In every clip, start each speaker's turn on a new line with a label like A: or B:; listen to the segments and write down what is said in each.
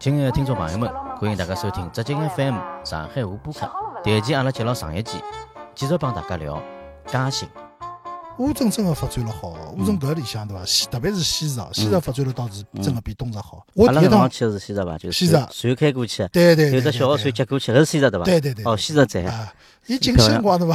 A: 亲爱的听众朋友们，欢迎大家收听浙江 FM 上海话播客。这一期阿拉接牢上一期，继续帮大家聊嘉兴。
B: 乌镇真的发展了好，
A: 嗯
B: 乌镇搿里向对伐？西特别是西闸，西闸发展了倒是真的比东闸好。我
A: 嗯阿拉
B: 第一
A: 搿
B: 趟
A: 趟，去的是西闸吧？就是
B: 西闸
A: 船开过去，
B: 对对
A: 有
B: 对，
A: 只小
B: 对
A: 号船接过去，搿是西闸对伐？
B: 对对对
A: 哦，西闸站。
B: 啊，伊进去辰光对伐？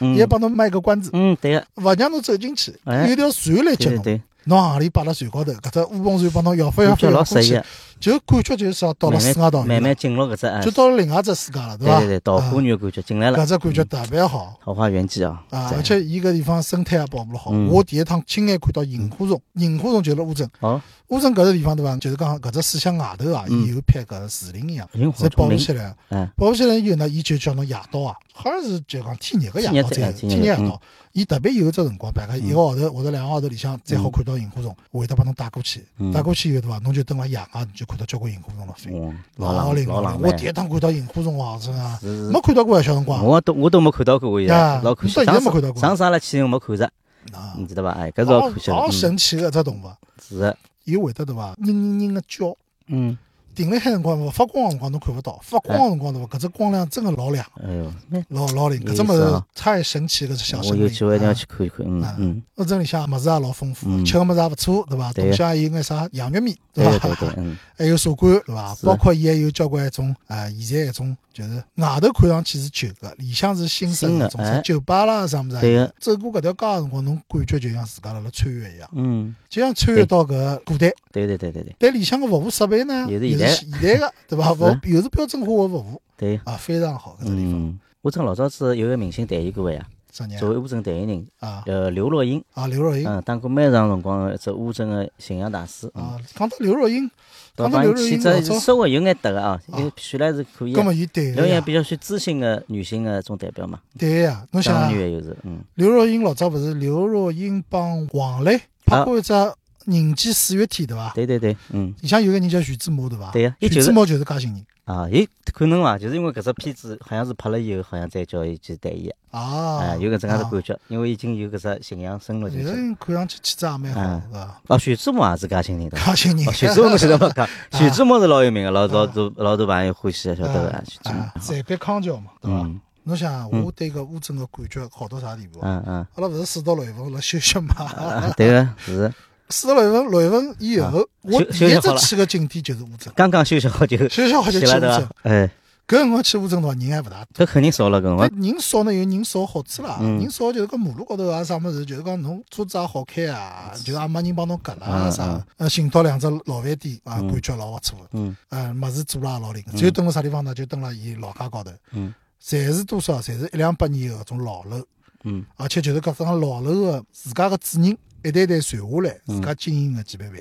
B: 伊还帮侬卖个关子，
A: 嗯，对个，
B: 勿让侬走进去，
A: 哎
B: 有条船来接
A: 对对
B: 侬，
A: 对，
B: 侬行里摆辣船高头，搿只乌篷船帮侬摇摆摇
A: 感
B: 摆
A: 觉
B: 摇
A: 老
B: 过
A: 适意
B: 去，，啊就感觉就是啊到了世界
A: 慢
B: 道
A: 慢慢慢进入搿只啊
B: 就，到了另外一只世界了，
A: 对
B: 伐？
A: 对对，桃花
B: 啊
A: 源感觉进来了，
B: 搿只感觉特别好。
A: 桃花源记啊，
B: 啊，
A: 赞
B: 而且伊搿地方生态也保护了好。
A: 嗯
B: 我第一趟亲眼看到萤火虫，萤火虫就是乌镇，
A: 哦，
B: 乌镇搿个地方对伐？就是讲搿只水乡外头啊，
A: 嗯
B: 伊有片搿树林一样，
A: 萤火
B: 侪保
A: 虫
B: 护
A: 林，
B: 起来。
A: 嗯，
B: 保护起来以后呢，伊就叫侬夜到啊，好像是就讲天热个夜到
A: 天热
B: 才
A: 嗯才
B: 天热夜
A: 天热
B: 到，伊特别有一只辰光，大概一个号头或者两个号头里向才好看到萤火虫，会得把侬带过去
A: 嗯，
B: 带过去以后对伐？侬就蹲辣野外，你就看到交关萤火虫了飞。
A: 哇，
B: 老
A: 浪
B: 灵
A: 老浪
B: 我
A: 漫
B: 第。一趟看到萤火虫啊，真啊，
A: 是
B: 没看到过啊，小辰光
A: 我都我都没看到过，我现在
B: 呀
A: 老可惜。
B: 你到现在
A: 上
B: 没看到
A: 次
B: 过
A: 上次阿拉去我没看着，
B: 啊，
A: 你知道吧？哎，搿是老
B: 老
A: 可惜了。
B: 老
A: 嗯
B: 神啊奇个一只动物，
A: 是的，
B: 伊会得对伐？嘤嘤嘤个叫。
A: 嗯，
B: 停辣海辰光，勿发光个辰光侬看勿到，发光个辰光对伐？搿只光亮真个老亮，
A: 哎呦，那
B: 老老灵，
A: 有
B: 搿只
A: 意
B: 物
A: 思
B: 事
A: 啊
B: 太神奇了，搿只小
A: 我
B: 生
A: 有
B: 命。
A: 机会一定要
B: 啊
A: 去看一看。嗯
B: 啊
A: 嗯，
B: 乌镇里向物事也老丰富，
A: 嗯
B: 吃个物事也勿错，对伐？
A: 对
B: 同乡也有眼啥洋芋面，
A: 对对对
B: 伐？，
A: 嗯，
B: 还有茶馆，对伐？
A: 是
B: 包括伊还有交关一种啊，现在一种就是外头看上去是旧个，里向是新式
A: 新
B: 的
A: 的
B: 那种，
A: 哎
B: 啥酒吧啦啥物事
A: 对
B: 啊。
A: 个，
B: 走过搿条街个辰光，侬感觉就像自家辣辣穿越一样，
A: 嗯，
B: 就像穿越到搿古代。
A: 对对对对对
B: 但里向个服务设备呢，
A: 也
B: 也
A: 是
B: 是
A: 现
B: 现代个，对伐？服务
A: 是
B: 又是标准化个服务
A: 对，
B: 啊，非常好搿只地方。
A: 嗯，我正老早子有个明星代言过呀，
B: 啥人
A: 作为乌镇代言人，
B: 啊？
A: 呃，刘若英，
B: 啊，刘若英
A: 嗯，当过蛮长辰光的一只乌镇的形象大使，嗯，
B: 啊，讲到刘若英，
A: 我
B: 讲到刘
A: 帮
B: 若
A: 伊
B: 英
A: 起
B: 老
A: 只
B: 早，
A: 稍微有眼搭个啊，
B: 啊
A: 因为选来是可以的
B: 葛。末伊对
A: 刘
B: 个
A: 若英
B: 呀
A: 比，较算知性的女性的一种代表嘛，
B: 对个呀。侬想
A: 当
B: 啊
A: 女，的又是，嗯，
B: 刘若英老早勿是刘若英帮黄磊拍过一只《人间四月天》，对伐？
A: 啊对对对，嗯。
B: 里向有个人叫徐志摩，对伐？
A: 对呀伊
B: 徐
A: 就是
B: 志摩就是嘉兴人
A: 啊，伊可能伐，就是因为搿只片子好像是拍了以后，好像再叫伊去代言，
B: 啊
A: 啊，，有搿只样子
B: 啊
A: 感觉，因为已经有搿只形象深入进
B: 刘若
A: 去。
B: 英看上去气质也蛮好，是伐？
A: 哦，徐志摩也是嘉兴人的，
B: 嘉兴人
A: 哦，，徐志摩侬晓得 伐？徐志摩是老有名个，啊老老多老多朋友欢喜的，晓得伐？徐志摩
B: 啊，，才归康桥嘛，对伐？
A: 嗯
B: 侬想啊，我对搿乌镇个感觉好到啥地步啊？
A: 嗯嗯，
B: 阿拉勿 是四到六月份辣休息嘛？
A: 啊，对个，是
B: 四到六月份，六月份以后，我
A: 啊休
B: 第
A: 休息
B: 一
A: 好
B: 只
A: 了
B: 去个景点就是乌镇。
A: 刚刚休息好就
B: 休息好就去
A: 去
B: 乌
A: 了
B: 镇，搿
A: 伐？哎，
B: 辰光去乌镇的话，人还勿大
A: 搿肯定少了搿辰
B: 多
A: 光。。
B: 人少呢有人少好处啦，
A: 嗯
B: 人少就是讲马路高头啊啥物事，就是讲侬车子也好开啊，就是也没人帮侬夹啦
A: 嗯
B: 啥
A: 嗯。
B: 呃，寻到两只老饭店啊，感觉老勿错的。
A: 嗯
B: 呃，物事做了也老灵，只有蹲辣啥地方呢？就蹲辣伊老家高头，
A: 嗯
B: 侪是多少？侪是一两百年的搿种老楼。
A: 嗯，
B: 而且就是搿幢老楼个自家个主人一代代传下
A: 嗯
B: 来，自家经营个几爿饭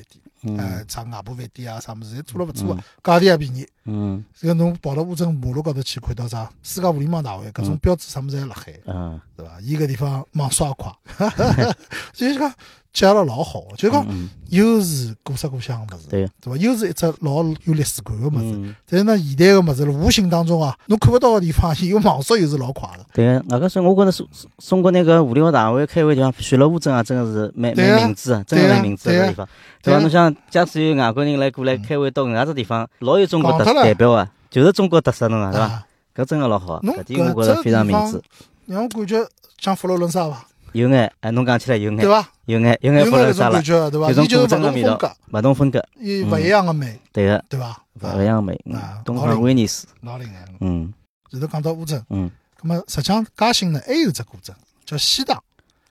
B: 店，呃，啥外婆饭店啊，啥物事侪做了勿错个，价钿也便宜。
A: 嗯
B: 这个侬跑到乌镇马路高头去看到啥世界互联网大会，搿种标志啥物事侪辣海，
A: 嗯
B: 对伐？伊搿地方网速也快， 就是讲结合了老好个，就是讲
A: 嗯，
B: 又是古色古香个物事，
A: 对
B: 对伐？又是一只老有历史感个物事。
A: 嗯。
B: 但是呢，现代个物事了无形当中啊，侬看勿到个地方，伊个网速又是老快个。
A: 对啊个，外加说，我觉着中中国那个互联网大会开会地方选了乌镇啊，真的是蛮
B: 对啊
A: 蛮明智啊，真的
B: 对啊
A: 蛮明智
B: 对
A: 个
B: 啊
A: 地方，
B: 对
A: 对伐？
B: 啊
A: 侬想，假使有外国人来过来开会，到搿能介只地方，老有中国
B: 讲
A: 特
B: 脱了
A: 代表啊，就是中国特色侬讲是伐？
B: 啊，
A: 搿真个老好啊，
B: 侬
A: 搿点我觉着非常明
B: 搿
A: 智
B: 只地，让我感觉像佛罗伦萨伐，
A: 有眼哎，侬讲起来有
B: 对
A: 眼，
B: 伐？
A: 有眼有
B: 有
A: 眼
B: 眼
A: 佛罗
B: 搿
A: 萨
B: 种
A: 了
B: 感，觉，对伐？
A: 有种
B: 伊就是
A: 古
B: 勿同
A: 镇个味
B: 风
A: 道嗯
B: 格，，
A: 勿同风格，
B: 伊勿一样个美，
A: 对个，
B: 对伐？
A: 勿一样美，嗯
B: 啊
A: 东
B: 老
A: 方
B: 灵
A: 威尼斯，
B: 老灵个。
A: 嗯
B: 前头讲到乌镇，
A: 嗯，
B: 咁么实际上嘉兴呢还有只古镇叫西塘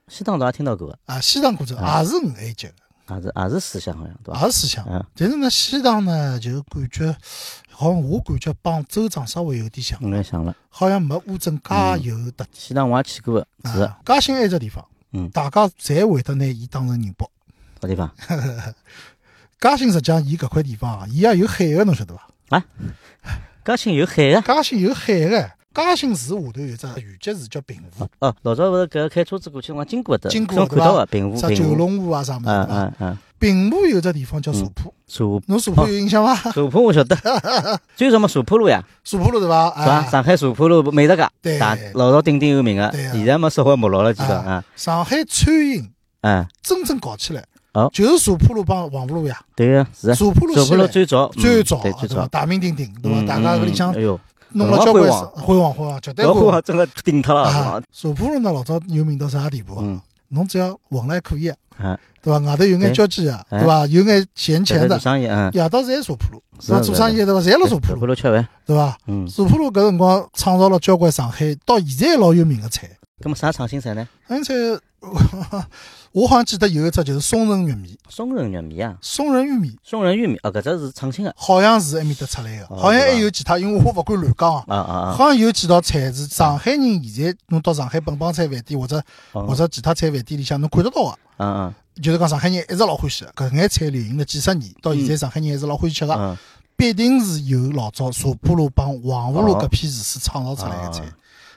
A: 西塘倒也听到过个，
B: 啊，西塘古镇也是五 A 级的，
A: 也是也是四乡好像对伐？
B: 也是四乡。
A: 嗯
B: 但是呢，西塘呢就感觉好像我感觉帮州长稍微有点像，
A: 我来想了，
B: 好像没乌镇介有特
A: 西塘我也去过个，
B: 点。
A: 是
B: 啊嘉兴还有只地方
A: 嗯，
B: 大家侪会得拿伊当成宁波。
A: 啥地方？
B: 嘉兴实际上伊搿块地方啊，伊也有海个，侬晓得伐？
A: 嘉兴有海啊个。
B: 嘉兴有海个，嘉兴市下头有只县级市叫平湖，
A: 哦，老早勿是搿开车子过去辰光经过的，
B: 经过
A: 侬
B: 对
A: 看到
B: 伐
A: 个？平湖，
B: 啥
A: 平
B: 九
A: 湖，
B: 龙湖啊啥物事
A: 嗯
B: 对伐？
A: 嗯嗯，
B: 平湖有只地方叫茶铺，
A: 索
B: 侬茶铺有印象伐？
A: 索坡我 晓得，最早嘛索坡路呀，
B: 索坡路对伐？
A: 是吧？
B: 啊，
A: 上海索坡路美食街，
B: 对
A: 大老早鼎鼎有名个，
B: 对啊
A: 现在嘛稍微没落了几道啊，
B: 上海餐饮
A: 嗯
B: 真正搞起来，
A: 哦
B: 就是茶铺路帮黄浦路呀，
A: 对个是啊，
B: 茶铺路
A: 茶
B: 西
A: 浦路
B: 来
A: 最早
B: 最
A: 嗯
B: 早
A: 对
B: 啊
A: 最
B: 对伐
A: 早？，
B: 大名鼎鼎对伐？
A: 嗯
B: 大家搿里向
A: 嗯哎呦，
B: 弄
A: 搿
B: 了
A: 辰
B: 交关
A: 光辉
B: 事
A: 煌哦
B: 辉煌辉煌，绝对
A: 搿
B: 辉
A: 货
B: 煌
A: 真个顶脱了，是
B: 啊
A: 吧！
B: 茶铺路呢，老早有名到啥地步啊？
A: 哦嗯，
B: 侬只要混来可以啊，
A: 啊，
B: 对伐？外头有眼
A: 对
B: 交际啊，
A: 哎
B: 对伐？有眼闲钱
A: 现
B: 的
A: 在做，生意哎啊，
B: 夜到侪茶铺路，
A: 是啊
B: 那
A: 的
B: 做
A: 是的
B: 生意对伐？侪辣茶
A: 茶
B: 铺
A: 浦
B: 路，
A: 路吃饭，
B: 对伐？
A: 嗯，
B: 茶铺路搿辰光创造了交关上海到现在老有名个菜，
A: 葛么啥创新菜呢？
B: 那菜我好像记得有一只就是松仁玉米，
A: 松仁玉米啊，
B: 松仁玉米
A: 松仁玉米啊，搿只是创新个，
B: 好像是埃面搭出来个，
A: 哦
B: 好像还
A: 是吧
B: 有其他，因为我勿敢乱讲啊。
A: 啊啊啊，
B: 好像有几道菜是上海人现在侬到上海本帮菜饭店或者
A: 哦
B: 或者其他菜饭店里向侬看得到个，
A: 啊啊，
B: 就是讲上海人一直老欢喜的搿眼菜流行了几十年，到现在上海人还是老欢喜吃个，
A: 嗯，
B: 必定是有老早茶浦路帮黄浦路
A: 哦
B: 搿批厨师创造出来个菜
A: 哦。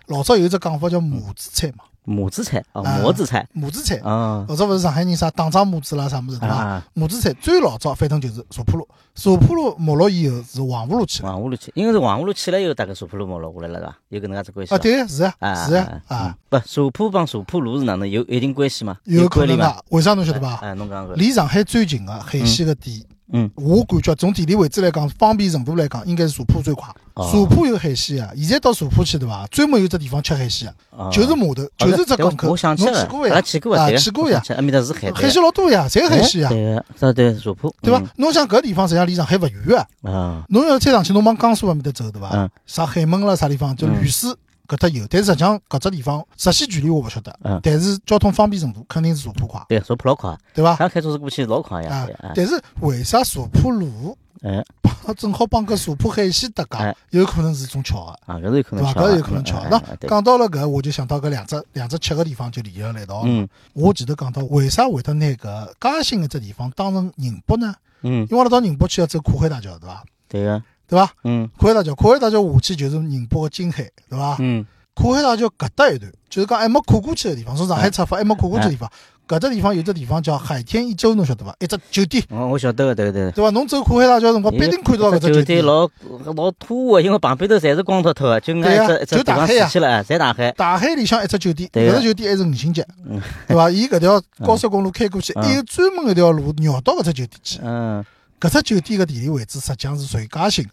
B: 老早有一只讲法叫母子菜嘛，
A: 母子菜啊，
B: 啊
A: 母子菜
B: 母子菜，
A: 啊
B: 老早勿是上海人啥打仗母子啦啥物事对伐？
A: 啊，
B: 母子菜最老早反正就是茶浦路，茶浦路没落以后是黄浦路去了。
A: 黄河路去，因为是黄河路起来以后，大概茶浦路没落下来了，是吧？有搿能介只关系
B: 啊，
A: 伐
B: 对，是啊，
A: 啊
B: 是啊，
A: 啊嗯
B: 啊，
A: 不，茶浦帮茶浦路是哪能有一定关系吗？
B: 有可
A: 关
B: 能
A: 联吗？
B: 啊，为啥侬晓得伐？
A: 哎，侬讲个，
B: 离上海最近个海鲜个店，
A: 嗯，
B: 我感觉从地理位置来讲，方便程度来讲，应该是茶浦最快。
A: 哦
B: 茶浦有海鲜啊，现在到茶浦去对伐？专门有只地方吃海鲜啊，
A: 啊
B: 就是码头，
A: 啊
B: 就是只
A: 对我
B: 港口。
A: 我想
B: 侬
A: 起来
B: 去
A: 了，
B: 过
A: 阿拉
B: 呀？
A: 去过
B: 啊
A: 呀，对个
B: 去过呀
A: 我想起来埃面搭是海
B: 海鲜老多呀，侪海鲜啊，
A: 啊，对个，啥对茶浦，
B: 对伐？侬想搿地方实际上离上海勿远啊，
A: 嗯？啊，
B: 侬要再上去，侬往江苏埃面搭走对伐
A: 嗯？
B: 啥海门啦，啥地方就
A: 嗯
B: 吕水搿搭有，但是实际上搿只地方直线距离我勿晓得
A: 嗯，
B: 但是交通方便程度肯定是茶浦快，
A: 对，茶浦老快，
B: 对伐？
A: 俺开车子过去老快呀
B: 啊，
A: 对啊，
B: 但是为啥茶浦路
A: 哎
B: 帮正好帮搿茶浦海鲜搭界
A: 哎，
B: 有可能是种巧合，
A: 啊，搿是有可
B: 对
A: 能
B: 伐？
A: 巧
B: 搿
A: 啊，
B: 有可能巧合。
A: 嗯
B: 那，
A: 嗯
B: 讲到了搿，我就想到搿两只两只吃个地方就联系了来到。
A: 嗯
B: 我前头讲到为啥会得拿搿嘉兴搿只地方当成宁波呢？
A: 嗯，
B: 因为阿拉到宁波去要走跨海大桥，对伐？
A: 对个，
B: 对伐？
A: 嗯
B: 跨海大桥，跨海大桥下去就是宁波个金海，对伐？
A: 嗯
B: 跨海大桥搿搭一段，就是讲还哎没跨过去个地方，从
A: 哎
B: 上海出发还哎没跨过去个地方，搿只地方有只地方叫海天一周，侬晓得伐？一只酒店。
A: 我我晓得个，对个对个。
B: 对伐？侬走跨海大桥辰光，必定看到搿只
A: 酒
B: 酒
A: 店
B: 店，
A: 老老土个，因为旁边头侪是光秃秃个，就挨
B: 对呀
A: 只一只
B: 就
A: 地
B: 大
A: 方
B: 海呀
A: 竖起来，侪大海。
B: 大海里向一只酒店，
A: 对
B: 搿
A: 个
B: 只酒店还是五星级
A: 嗯，
B: 对伐？ 伊搿条高速公路开过去，
A: 嗯
B: 还有专门一条路绕到搿只酒店去。
A: 嗯，
B: 搿只酒店个地理位置实际上是属于嘉兴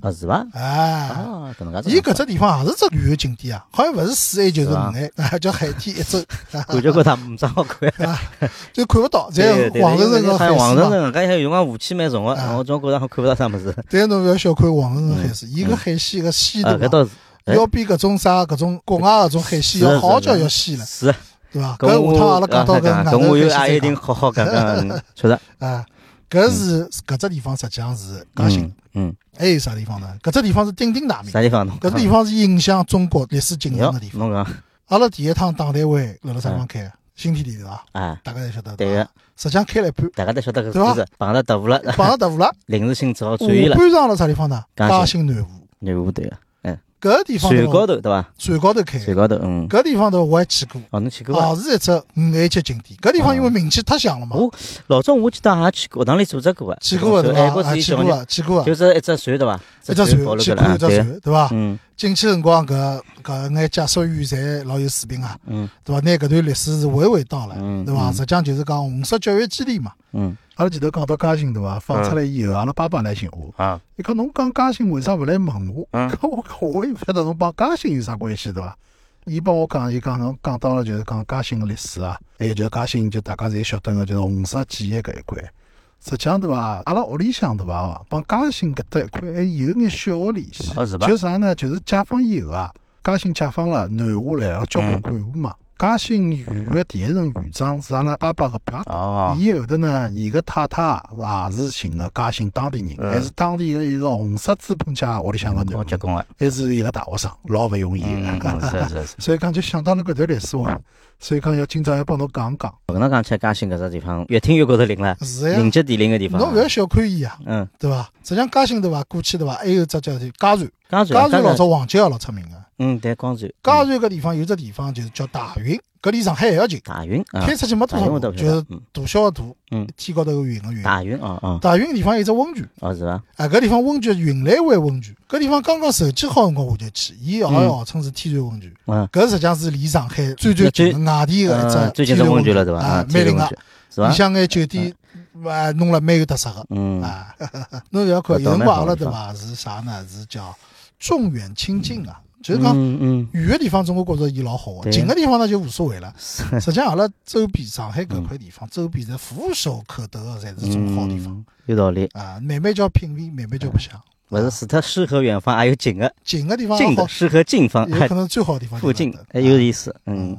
B: 的，
A: 啊是伐？
B: 哎。
A: 啊，搿能介
B: 伊
A: 子
B: 搿只地方也是只旅游景点啊，好像勿是四 A 就是五 A，啊 叫海天一周，
A: 感觉觉他唔长好看。
B: 就看勿到，
A: 对
B: 在
A: 对，
B: 黄
A: 因
B: 城
A: 为
B: 镇个
A: 好
B: 海
A: 像黄
B: 鲜
A: 城
B: 嘛。
A: 镇，搿些有辰光雾气蛮重个
B: 啊，
A: 我总觉着好像看勿到啥物事。
B: 但侬勿要小看黄城镇海鲜，伊个海鲜个鲜
A: 嗯啊，
B: 度
A: 搿
B: 啊，
A: 倒是哎
B: 要比搿种啥搿种国外搿种海鲜
A: 是
B: 要
A: 是
B: 好叫
A: 是
B: 要鲜了。
A: 是。
B: 对伐？搿
A: 搿
B: 下趟阿
A: 我
B: 拉讲到搿
A: 啊
B: 外头
A: 搿我有
B: 海
A: 也
B: 鲜
A: 一定
B: 再
A: 好 好讲讲，嗯确实。
B: 讲啊，搿是搿只地方实际上是嘉兴
A: 嗯，嗯，
B: 还有啥地方呢？搿只地方是鼎鼎大名，
A: 啥地方侬
B: 搿
A: 讲？
B: 只地方是影响中国历史进程的地方。
A: 侬讲，
B: 阿拉第一趟党代会辣辣啥地方开的？新天地对伐？
A: 哎，
B: 大家侪晓得
A: 嗯对
B: 伐
A: 个？
B: 实际上开了一半，
A: 大家都晓得搿
B: 对吧
A: 故事，碰着突兀了，
B: 碰上特 务了，
A: 临时性只好
B: 下
A: 转移了，
B: 半场辣啥地方呢？
A: 嘉
B: 嘉兴南湖
A: 南湖对个，嗯，
B: 搿地方
A: 船高
B: 头，
A: 头对伐？
B: 船高头开的。
A: 船高头，嗯，
B: 搿地方头我还去过，
A: 哦，侬哦去过伐？
B: 也是一只五 A 级景点。搿地方因为名气太响了嘛，
A: 我老早我记得也去过，学堂里组织过个，
B: 去过的
A: 就
B: 对
A: 爱国
B: 伐？
A: 主
B: 啊，
A: 义
B: 去
A: 小
B: 过
A: 人，
B: 的，去过的，
A: 就是一只船对伐？
B: 一只船
A: 跑了
B: 去
A: 搿
B: 看一
A: 了，
B: 只
A: 对个，
B: 船，对啊伐？
A: 嗯
B: 进去辰光，搿搿眼解说员侪老有水平啊，
A: 嗯
B: 对伐？拿搿段历史是娓娓道来，
A: 嗯
B: 对伐？
A: 嗯
B: 实际上就是讲红色教育基地嘛。
A: 嗯
B: 阿拉前头讲到嘉兴对伐？放出来以后，阿拉爸爸来寻我，
A: 啊，
B: 伊讲侬讲嘉兴为啥勿来问我？
A: 嗯
B: 搿 我讲我也勿晓得侬帮嘉兴有啥关系对伐？伊帮我讲，伊讲侬讲到了就是讲嘉兴个历史啊，还有就是嘉兴就大家侪晓得个就是红色记忆搿一块。实际上对伐？阿拉屋里向对伐？帮嘉兴搿搭一块还有眼小个联系。
A: 哦是伐
B: 就啥呢？就是解放以后啊，嘉兴解放了，南下来了交
A: 嗯
B: 关干部嘛。嘉兴县个第一任县长是阿拉爸爸个表哥。
A: 哦，
B: 伊后头呢，伊个太太也是寻个嘉兴当地人，还是当地的一个红色资本家屋里向个囡
A: 嗯我结棍了，
B: 还是一个大学生，老勿容易
A: 嗯，
B: 的。
A: 是是是。
B: 啊所以讲就想到了搿段历史哦，所以讲要今朝要帮侬讲讲。
A: 搿能讲起来，嘉兴搿只地方越听越觉着灵了，
B: 是
A: 人，杰地灵个地方。
B: 侬勿要小看伊啊，
A: 嗯，
B: 对伐？实际上嘉兴对伐？过去对伐？还有只叫做嘉善，
A: 江州
B: 嘉善老早黄杰也老出名个。
A: 啊
B: 啊
A: 嗯，对，江州
B: 嘉
A: 州
B: 善搿地方有只地方就是叫大运，搿离上海还要近，
A: 大运啊，
B: 开出去没多
A: 大运
B: 少
A: 我
B: 路，
A: 倒
B: 就
A: 不晓得
B: 是
A: 嗯
B: 大小个大
A: 嗯，
B: 天高头个云个云。
A: 大运啊啊，
B: 大运地方有一只温泉。
A: 哦是伐？
B: 啊，搿地方温泉云来湾温泉，搿地方刚刚筹建好辰光我就去，伊也号称是天然温泉，
A: 嗯，
B: 搿实际上是离上海最最近的外地的一
A: 呃
B: 只
A: 最近
B: 天
A: 是
B: 然
A: 温
B: 温
A: 泉
B: 泉
A: 了对伐？
B: 啊
A: 啊，，
B: 蛮
A: 天
B: 灵
A: 津
B: 个
A: 温。泉，是伐
B: 里？向眼酒店嘛弄了蛮有特色个。
A: 嗯，
B: 啊，侬勿要看，
A: 搿
B: 有
A: 倒
B: 辰
A: 蛮
B: 光阿
A: 好
B: 拉
A: 的
B: 对
A: 地
B: 伐？是啥呢？是叫众远亲近啊，就是讲
A: 嗯嗯，
B: 远个地方，总归觉着伊老好个，
A: 对嗯
B: 近个地方呢就无所谓了。
A: 是
B: 实际上，阿拉周边上海
A: 嗯
B: 搿块地方，周边的俯首可得的，侪是种好地方
A: 嗯有道理。
B: 啊。慢慢叫品味，慢慢叫白相。
A: 勿是除脱诗和远方，还有近个
B: 近个地方
A: 近
B: 啊好
A: 的，诗和近方，
B: 有
A: 还
B: 可能最好的地啊方就
A: 附
B: 是
A: 近
B: 搿搭，
A: 还有意思。嗯，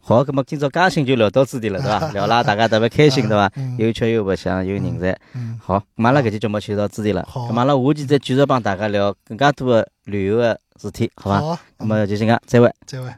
A: 好，那么今朝嘉兴就聊到此地了，对 伐？聊了大家特别开心，对伐
B: 嗯？
A: 有吃有白相，有人才。
B: 嗯，
A: 好，咁阿拉搿期节目就到此地了。
B: 好
A: 咁阿拉下期再继续帮大家聊更加多的旅游的事体，好伐？
B: 好啊，
A: 咁么就这样，再会。
B: 再会。